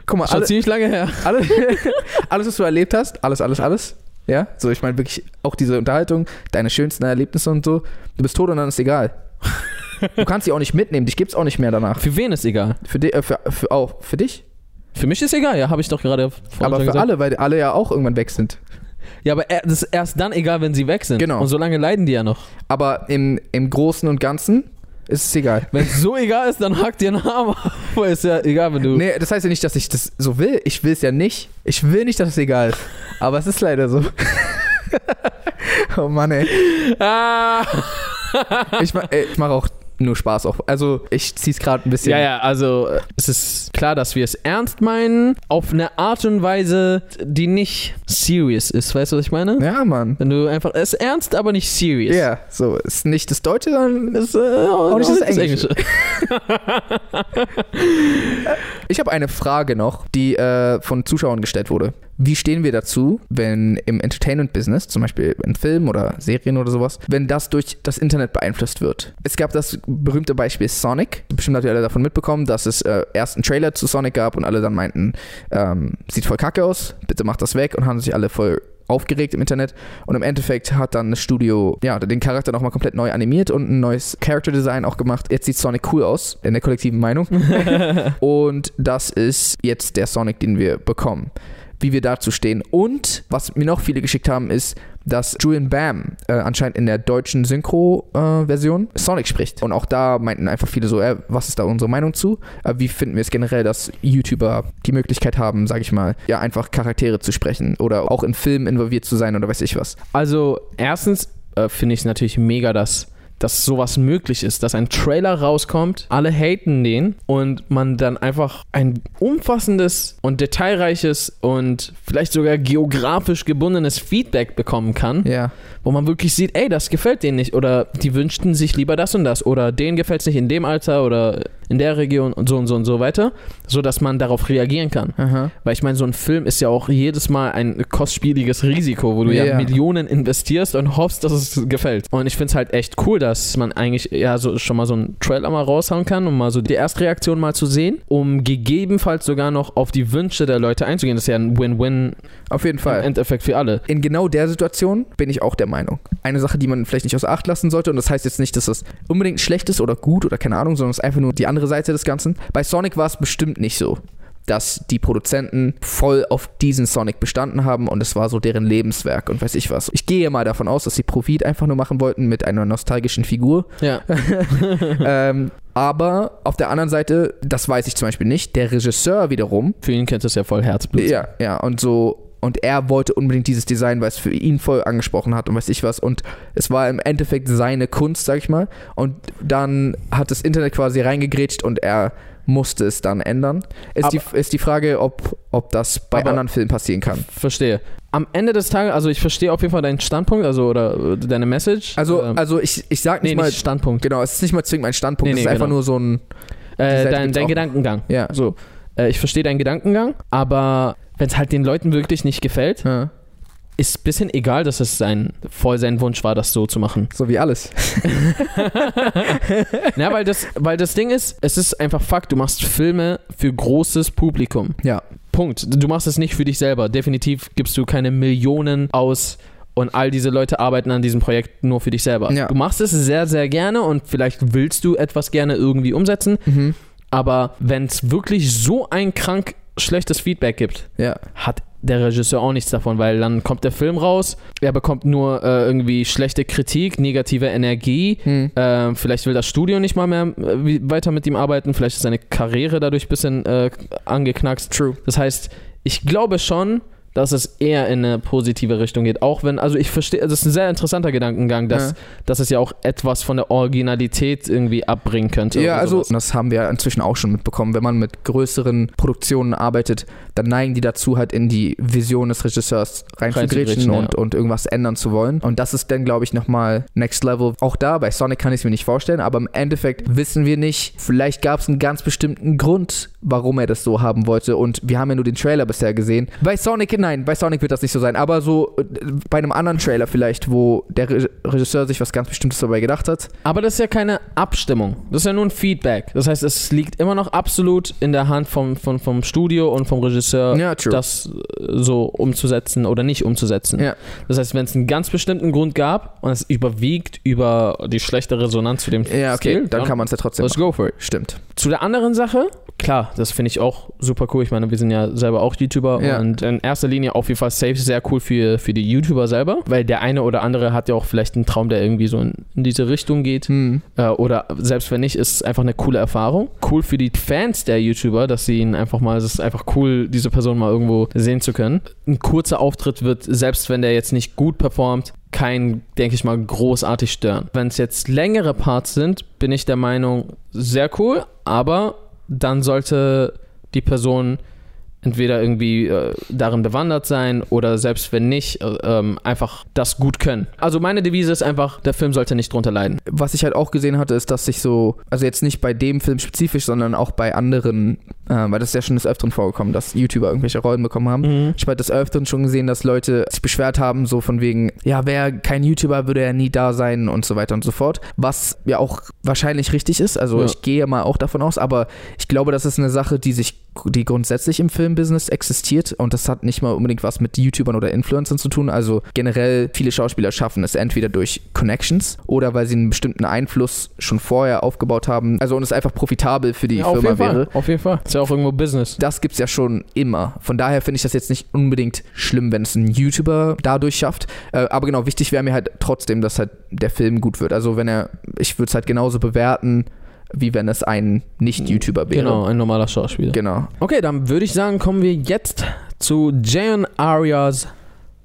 S1: Guck mal,
S2: Schon
S1: alle,
S2: ziemlich lange her.
S1: alles, <laughs> alles, was du erlebt hast, alles, alles, alles. Ja, so ich meine wirklich auch diese Unterhaltung, deine schönsten Erlebnisse und so. Du bist tot und dann ist egal. Du kannst sie auch nicht mitnehmen, dich gibt's auch nicht mehr danach.
S2: Für wen ist egal?
S1: Für, di äh, für, für auch für dich,
S2: Für mich ist egal, ja, habe ich doch gerade vorhin
S1: aber
S2: schon
S1: für
S2: gesagt.
S1: alle, weil alle ja auch irgendwann weg sind.
S2: Ja, aber er- das ist erst dann egal, wenn sie weg sind.
S1: Genau.
S2: Und so lange leiden die ja noch.
S1: Aber im, im Großen und Ganzen ist es egal.
S2: Wenn es so egal ist, dann hackt dir einen Arm ab. <laughs> Weil ist ja egal, wenn du.
S1: Nee, das heißt ja nicht, dass ich das so will. Ich will es ja nicht. Ich will nicht, dass es egal ist. Aber es ist leider so. <laughs> oh Mann, ey.
S2: Ah.
S1: Ich, ma- ey, ich mache auch nur Spaß auf. Also ich zieh's gerade ein bisschen.
S2: Ja, ja, also äh, es ist klar, dass wir es ernst meinen, auf eine Art und Weise, die nicht serious ist. Weißt du, was ich meine?
S1: Ja, Mann.
S2: Wenn du einfach, es ist ernst, aber nicht serious.
S1: Ja, so ist nicht das Deutsche, sondern
S2: Es, ist, äh, auch
S1: nicht
S2: auch
S1: das
S2: nicht
S1: Englische. ich habe eine Frage noch, die äh, von Zuschauern gestellt wurde. Wie stehen wir dazu, wenn im Entertainment-Business, zum Beispiel in Filmen oder Serien oder sowas, wenn das durch das Internet beeinflusst wird? Es gab das berühmte Beispiel Sonic. Bestimmt habt ihr alle davon mitbekommen, dass es äh, erst einen Trailer zu Sonic gab und alle dann meinten, ähm, sieht voll kacke aus, bitte macht das weg und haben sich alle voll aufgeregt im Internet und im Endeffekt hat dann das Studio ja den Charakter nochmal komplett neu animiert und ein neues Character Design auch gemacht. Jetzt sieht Sonic cool aus, in der kollektiven Meinung.
S2: <laughs>
S1: Und das ist jetzt der Sonic, den wir bekommen. Wie wir dazu stehen. Und was mir noch viele geschickt haben, ist, dass Julian Bam äh, anscheinend in der deutschen Synchro-Version Sonic spricht. Und auch da meinten einfach viele so, äh, was ist da unsere Meinung zu? Äh, wie finden wir es generell, dass YouTuber die Möglichkeit haben, sag ich mal, ja, einfach Charaktere zu sprechen oder auch in Filmen involviert zu sein oder weiß ich was.
S2: Also, erstens äh, finde ich es natürlich mega, dass, dass sowas möglich ist, dass ein Trailer rauskommt, alle haten den und man dann einfach ein umfassendes und detailreiches und vielleicht sogar geografisch gebundenes Feedback bekommen kann,
S1: Ja.
S2: wo man wirklich sieht, ey, das gefällt denen nicht oder die wünschten sich lieber das und das oder denen gefällt es nicht in dem Alter oder in der Region und so und so und so weiter, sodass man darauf reagieren kann.
S1: Aha.
S2: Weil ich meine, so ein Film ist ja auch jedes Mal ein kostspieliges Risiko, wo du ja
S1: Ja.
S2: Millionen investierst und hoffst, dass es gefällt. Und ich finde es halt echt cool, dass man eigentlich ja so schon mal so einen Trailer mal raushauen kann, um mal so die Erstreaktion mal zu sehen, um gegebenenfalls sogar noch auf die Wünsche der Leute einzugehen. Das ist ja ein Win-Win
S1: Auf jeden
S2: im
S1: Fall.
S2: Endeffekt für alle.
S1: in genau der Situation bin ich auch der Meinung. Eine Sache, die man vielleicht nicht außer Acht lassen sollte, und das heißt jetzt nicht, dass das unbedingt schlecht ist oder gut oder keine Ahnung, sondern es ist einfach nur die andere Seite des Ganzen. Bei Sonic war es bestimmt nicht so, dass die Produzenten voll auf diesen Sonic bestanden haben und es war so deren Lebenswerk und weiß ich was. Ich gehe mal davon aus, dass sie Profit einfach nur machen wollten mit einer nostalgischen Figur.
S2: Ja.
S1: ähm, aber auf der anderen Seite, das weiß ich zum Beispiel nicht, der Regisseur wiederum
S2: <laughs> Für ihn kennt das ja voll Herzblut.
S1: ja, ja, und so. Und er wollte unbedingt dieses Design, weil es für ihn voll angesprochen hat und weiß ich was. Und es war im Endeffekt seine Kunst, sag ich mal. Und dann hat das Internet quasi reingegrätscht und er musste es dann ändern. Ist, die, ist die Frage, ob, ob das bei
S2: Aber-
S1: anderen Filmen passieren kann.
S2: Verstehe. Am Ende des Tages, also ich verstehe auf jeden Fall deinen Standpunkt, also oder äh, deine Message.
S1: Also,
S2: Ähm,
S1: also ich, ich sag nicht
S2: nee,
S1: mal.
S2: nicht Standpunkt.
S1: Genau, es ist nicht mal zwingend mein Standpunkt,
S2: Nee,
S1: es
S2: nee,
S1: ist einfach
S2: genau.
S1: nur so ein.
S2: Äh,
S1: Seite
S2: dein
S1: gibt's
S2: dein
S1: auch.
S2: Gedankengang.
S1: Ja.
S2: So, äh, ich verstehe deinen Gedankengang, aber wenn es halt den Leuten wirklich nicht gefällt,
S1: Ja.
S2: ist ein bisschen egal, dass es sein, voll sein Wunsch war, das so zu
S1: <laughs>
S2: machen.
S1: So wie alles.
S2: Na, weil das, weil das Ding ist, es ist einfach Fakt, du machst Filme für großes Publikum.
S1: Ja.
S2: Punkt. Du machst es nicht für dich selber. Definitiv gibst du keine Millionen aus und all diese Leute arbeiten an diesem Projekt nur für dich selber.
S1: Ja.
S2: Du machst es sehr, sehr gerne und vielleicht willst du etwas gerne irgendwie umsetzen,
S1: Mhm.
S2: aber wenn es wirklich so ein krank schlechtes Feedback gibt,
S1: Ja.
S2: hat der Regisseur auch nichts davon, weil dann kommt der Film raus, er bekommt nur äh, irgendwie schlechte Kritik, negative Energie,
S1: Hm.
S2: ähm, vielleicht will das Studio nicht mal mehr äh, wie- weiter mit ihm arbeiten, vielleicht ist seine Karriere dadurch ein bisschen äh, angeknackst.
S1: True.
S2: Das heißt, ich glaube schon, dass es eher in eine positive Richtung geht, auch wenn, also ich verstehe, also es ist ein sehr interessanter Gedankengang, dass,
S1: Ja.
S2: dass es ja auch etwas von der Originalität irgendwie abbringen könnte.
S1: Ja,
S2: oder
S1: also
S2: sowas.
S1: das haben wir inzwischen auch schon mitbekommen. Wenn man mit größeren Produktionen arbeitet, dann neigen die dazu, halt in die Vision des Regisseurs reinzugrätschen
S2: Reinzugrätschen, ja.
S1: und, und irgendwas ändern zu wollen. Und das ist dann, glaube ich, nochmal Next Level. Auch da, bei Sonic kann ich es mir nicht vorstellen, aber im Endeffekt wissen wir nicht, vielleicht gab es einen ganz bestimmten Grund, warum er das so haben wollte. Und wir haben ja nur den Trailer bisher gesehen. Bei Sonic, nein, bei Sonic wird das nicht so sein, aber so äh, bei einem anderen Trailer vielleicht, wo der Re Regisseur sich was ganz Bestimmtes dabei gedacht hat.
S2: Aber das ist ja keine Abstimmung. Das ist ja nur ein Feedback. Das heißt, es liegt immer noch absolut in der Hand vom, vom, vom Studio und vom Regisseur,
S1: Ja, true.
S2: das äh, so umzusetzen oder nicht umzusetzen.
S1: Ja.
S2: Das heißt, wenn es einen ganz bestimmten Grund gab und es überwiegt über die schlechte Resonanz zu dem
S1: Ja, okay,
S2: Skill,
S1: dann kann man es ja trotzdem
S2: Let's
S1: machen.
S2: go for it.
S1: Stimmt.
S2: Zu der anderen Sache, klar, das finde ich auch super cool. Ich meine, wir sind ja selber auch YouTuber
S1: Ja.
S2: und in erster Linie auf jeden Fall safe sehr cool für, für die YouTuber selber, weil der eine oder andere hat ja auch vielleicht einen Traum, der irgendwie so in, in diese Richtung geht.
S1: Hm.
S2: Äh, oder selbst wenn nicht, ist es einfach eine coole Erfahrung. Cool für die Fans der YouTuber, dass sie ihn einfach mal, es ist einfach cool, diese Person mal irgendwo sehen zu können. Ein kurzer Auftritt wird, selbst wenn der jetzt nicht gut performt, kein, denke ich mal, großartig stören. Wenn es jetzt längere Parts sind, bin ich der Meinung, sehr cool, aber dann sollte die Person entweder irgendwie äh, darin bewandert sein oder selbst wenn nicht, äh, ähm, einfach das gut können. Also meine Devise ist einfach, der Film sollte nicht drunter leiden.
S1: Was ich halt auch gesehen hatte, ist, dass sich so, also jetzt nicht bei dem Film spezifisch, sondern auch bei anderen, äh, weil das ist ja schon des Öfteren vorgekommen, dass YouTuber irgendwelche Rollen bekommen haben.
S2: Mhm.
S1: Ich habe des Öfteren schon gesehen, dass Leute sich beschwert haben, so von wegen, ja, wäre kein YouTuber, würde er nie da sein und so weiter und so fort. Was ja auch wahrscheinlich richtig ist. Also
S2: Ja.
S1: ich gehe mal auch davon aus, aber ich glaube, das ist eine Sache, die sich, die grundsätzlich im Filmbusiness existiert und das hat nicht mal unbedingt was mit YouTubern oder Influencern zu tun. Also generell viele Schauspieler schaffen es entweder durch Connections oder weil sie einen bestimmten Einfluss schon vorher aufgebaut haben. Also und es einfach profitabel für die
S2: Ja,
S1: Firma
S2: auf jeden
S1: wäre.
S2: Fall. Auf jeden Fall. Ist ja auch irgendwo Business.
S1: Das gibt's ja schon immer. Von daher finde ich das jetzt nicht unbedingt schlimm, wenn es ein YouTuber dadurch schafft. Äh, aber genau, wichtig wäre mir halt trotzdem, dass halt der Film gut wird. Also wenn er, ich würde es halt genauso bewerten, wie wenn es ein Nicht-YouTuber wäre.
S2: Genau, ein normaler Schauspieler.
S1: Genau.
S2: Okay, dann würde ich sagen, kommen wir jetzt zu Jayon Arias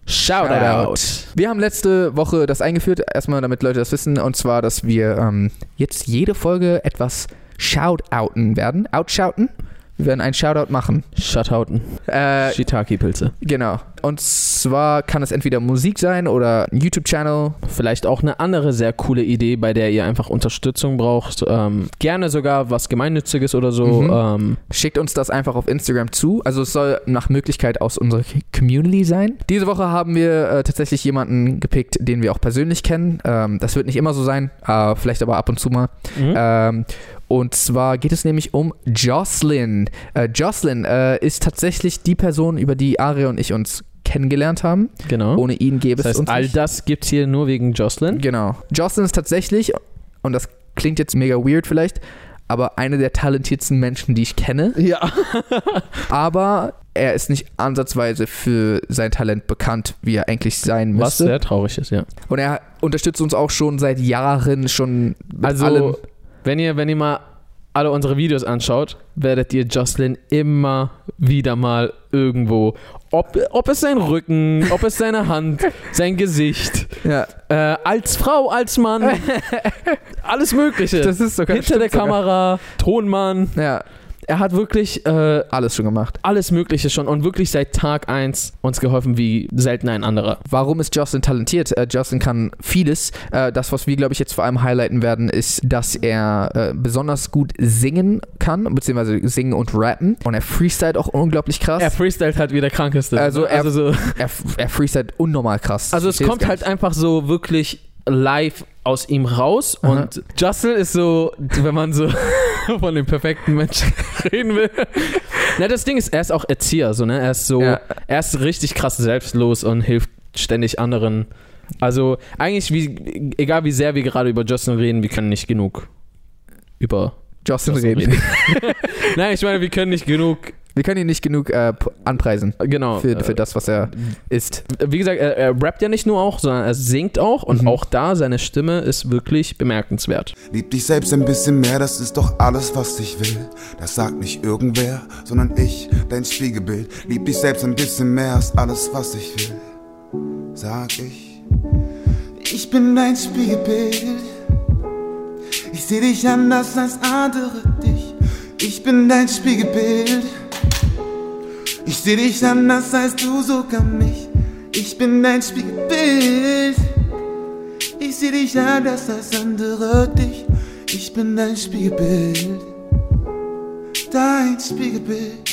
S2: Shoutout.
S1: Wir haben letzte Woche das eingeführt, erstmal damit Leute das wissen, und zwar, dass wir ähm, jetzt jede Folge etwas shoutouten werden. Outshouten. Wir werden einen Shoutout machen.
S2: Shoutouten.
S1: Äh,
S2: Shiitake-Pilze.
S1: genau. Und zwar kann es entweder Musik sein oder ein YouTube-Channel
S2: Vielleicht auch eine andere sehr coole Idee, bei der ihr einfach Unterstützung braucht. Ähm, gerne sogar was Gemeinnütziges oder so.
S1: Mhm.
S2: Ähm,
S1: Schickt uns das einfach auf Instagram zu. Also es soll nach Möglichkeit aus unserer K- Community sein. Diese Woche haben wir äh, tatsächlich jemanden gepickt, den wir auch persönlich kennen. Ähm, das wird nicht immer so sein, äh, vielleicht aber ab und zu mal.
S2: äh,
S1: Ähm, und zwar geht es nämlich um Jocelyn. Äh, Jocelyn äh, ist tatsächlich die Person, über die Ari und ich uns kennengelernt haben.
S2: genau.
S1: Ohne ihn gäbe
S2: Das
S1: es uns
S2: heißt, all
S1: nicht.
S2: das gibt es hier nur wegen Jocelyn.
S1: Genau. Jocelyn ist tatsächlich, und das klingt jetzt mega weird vielleicht, aber eine der talentiertsten Menschen, die ich kenne.
S2: Ja.
S1: aber er ist nicht ansatzweise für sein Talent bekannt, wie er eigentlich sein
S2: Was
S1: müsste.
S2: sehr traurig ist, ja.
S1: Und er unterstützt uns auch schon seit Jahren, schon mit
S2: Also,
S1: allem.
S2: wenn ihr, wenn ihr mal alle unsere Videos anschaut, werdet ihr Jocelyn immer wieder mal irgendwo, ob, ob es sein Rücken, ob es seine
S1: <laughs>
S2: Hand, sein Gesicht,
S1: Ja,
S2: äh, als Frau, als Mann,
S1: <laughs>
S2: alles Mögliche.
S1: das ist sogar
S2: Hinter der
S1: stimmt sogar.
S2: Kamera, Tonmann.
S1: Ja,
S2: Er hat wirklich äh,
S1: alles schon gemacht.
S2: alles Mögliche schon und wirklich seit Tag 1 uns geholfen wie selten ein anderer.
S1: Warum ist Justin talentiert? Äh, Justin kann vieles. Äh, das, was wir, glaube ich, jetzt vor allem highlighten werden, ist, dass er äh, besonders gut singen kann, beziehungsweise singen und rappen. Und er freestylt auch unglaublich krass.
S2: Er freestylt halt wie der Krankeste.
S1: Also er-
S2: also so.
S1: Er, er freestylt unnormal krass.
S2: Also es
S1: Ich verstehe
S2: kommt
S1: gar
S2: halt einfach so wirklich live aus ihm raus
S1: Aha.
S2: und Justin ist so, wenn man so <laughs> von dem perfekten Menschen <laughs> reden will. Na, das Ding ist, er ist auch Erzieher, so, ne? Er ist so,
S1: Ja.
S2: er ist richtig krass selbstlos und hilft ständig anderen. Also eigentlich, wie, egal wie sehr wir gerade über Justin reden, wir können nicht genug über
S1: nicht. Justin
S2: Justin
S1: reden.
S2: Nein, ich meine, wir können nicht genug
S1: <laughs> Wir können ihn nicht genug äh, p- anpreisen
S2: Genau.
S1: für,
S2: äh,
S1: für das, was er ist.
S2: Wie gesagt, er, er rappt ja nicht nur auch, sondern er singt auch
S1: Mhm.
S2: und auch da seine Stimme ist wirklich bemerkenswert.
S3: Lieb dich selbst ein bisschen mehr, das ist doch alles, was ich will. Das sagt nicht irgendwer, sondern ich, dein Spiegelbild. Lieb dich selbst ein bisschen mehr, ist alles, was ich will. Sag ich. Ich bin dein Spiegelbild. Ich seh dich anders als andere dich. Ich bin dein Spiegelbild. Ich seh dich anders als du sogar mich. Ich bin dein Spiegelbild. Ich seh dich anders als andere dich. Ich bin dein Spiegelbild. Dein Spiegelbild.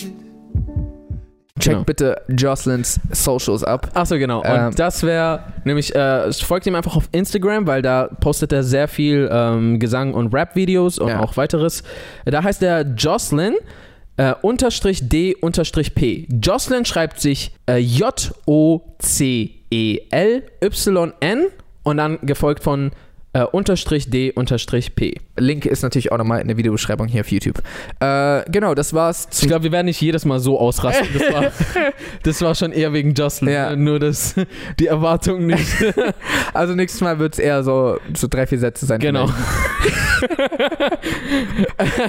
S1: Check
S2: Genau.
S1: bitte Jocelyn's Socials ab.
S2: Achso, genau. Und
S1: Ähm.
S2: das wäre nämlich, äh, folgt ihm einfach auf Instagram, weil da postet er sehr viel ähm, Gesang und Rap-Videos und
S1: Ja.
S2: auch weiteres. Da heißt er Jocelyn. Äh, unterstrich D unterstrich P. Jocelyn schreibt sich äh, E J-O-C-E-L-Y-N und dann gefolgt von äh, unterstrich D unterstrich P.
S1: Link ist natürlich auch nochmal in der Videobeschreibung hier auf YouTube. Äh, genau, das war's.
S2: Ich glaube, wir werden nicht jedes Mal so ausrasten. Das
S1: <laughs>
S2: war, das war schon eher wegen Jocelyn.
S1: Ja.
S2: ne? Nur, dass die Erwartungen
S1: <laughs>
S2: nicht.
S1: Also nächstes Mal wird's eher so, so drei, vier Sätze sein.
S2: genau.
S1: <laughs>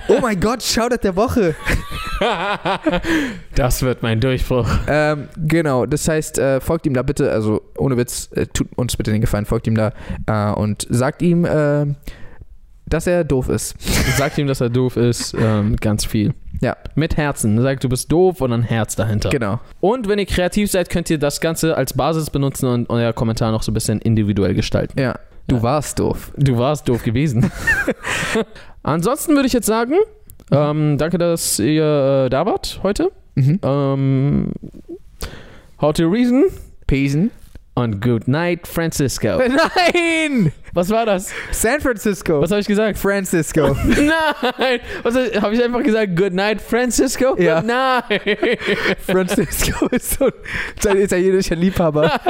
S1: Oh mein Gott, Shoutout der Woche.
S2: Das wird mein Durchbruch.
S1: Ähm, genau, das heißt, äh, folgt ihm da bitte, also ohne Witz, äh, tut uns bitte den Gefallen, folgt ihm da äh, und sagt ihm, äh, dass er doof ist.
S2: Sagt ihm, dass er doof ist. Ähm, ganz viel.
S1: Ja.
S2: Mit Herzen. Sagt, du bist doof und ein Herz dahinter.
S1: Genau.
S2: Und wenn ihr kreativ seid, könnt ihr das Ganze als Basis benutzen und euer Kommentar noch so ein bisschen individuell gestalten.
S1: Ja. Du
S2: Ja.
S1: warst doof.
S2: Du warst doof
S1: <laughs>
S2: gewesen. Ansonsten würde ich jetzt sagen, ähm, danke, dass ihr äh, da wart heute.
S1: Mhm.
S2: Ähm, how to reason
S1: Pesen.
S2: und good night, Francisco.
S1: <laughs> Nein!
S2: Was war das?
S1: San Francisco.
S2: Was habe ich
S1: <laughs>
S2: gesagt?
S1: Francisco.
S2: Nein! Was habe ich einfach gesagt? Good night, Francisco?
S1: Ja.
S2: Nein!
S1: <laughs> Francisco ist so ein, sein italienischer <laughs> Liebhaber.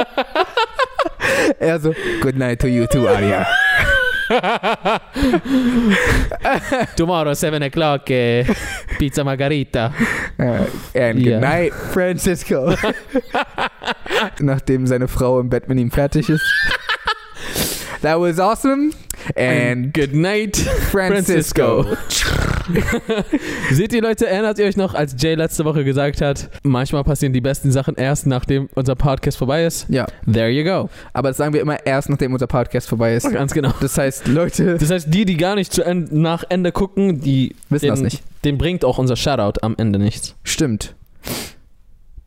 S1: er so, good night to you too, Aria.
S2: Tomorrow, 7 o'clock, eh, Pizza Margarita.
S1: Äh, And good
S2: Ja.
S1: night, <laughs> Francisco. Nachdem seine Frau im Bett mit ihm fertig ist. That was awesome. And
S2: good night,
S1: Francisco.
S2: <laughs> Seht ihr, Leute, erinnert ihr euch noch, als Jay letzte Woche gesagt hat, manchmal passieren die besten Sachen erst, nachdem unser Podcast vorbei ist?
S1: Ja,
S2: There you go.
S1: aber das sagen wir immer erst, nachdem unser Podcast vorbei ist.
S2: Ganz genau.
S1: Das heißt, Leute
S2: Das heißt, die, die gar nicht zu Ende, nach Ende gucken, die
S1: wissen
S2: den,
S1: das nicht.
S2: Den bringt auch unser Shoutout am Ende nichts.
S1: Stimmt.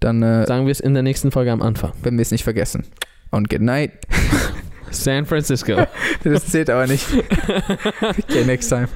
S1: Dann, äh,
S2: Sagen wir es in der nächsten Folge am Anfang.
S1: wenn wir es nicht vergessen. Und good night.
S2: San Francisco.
S1: <laughs> Das zählt aber nicht. Okay, next time.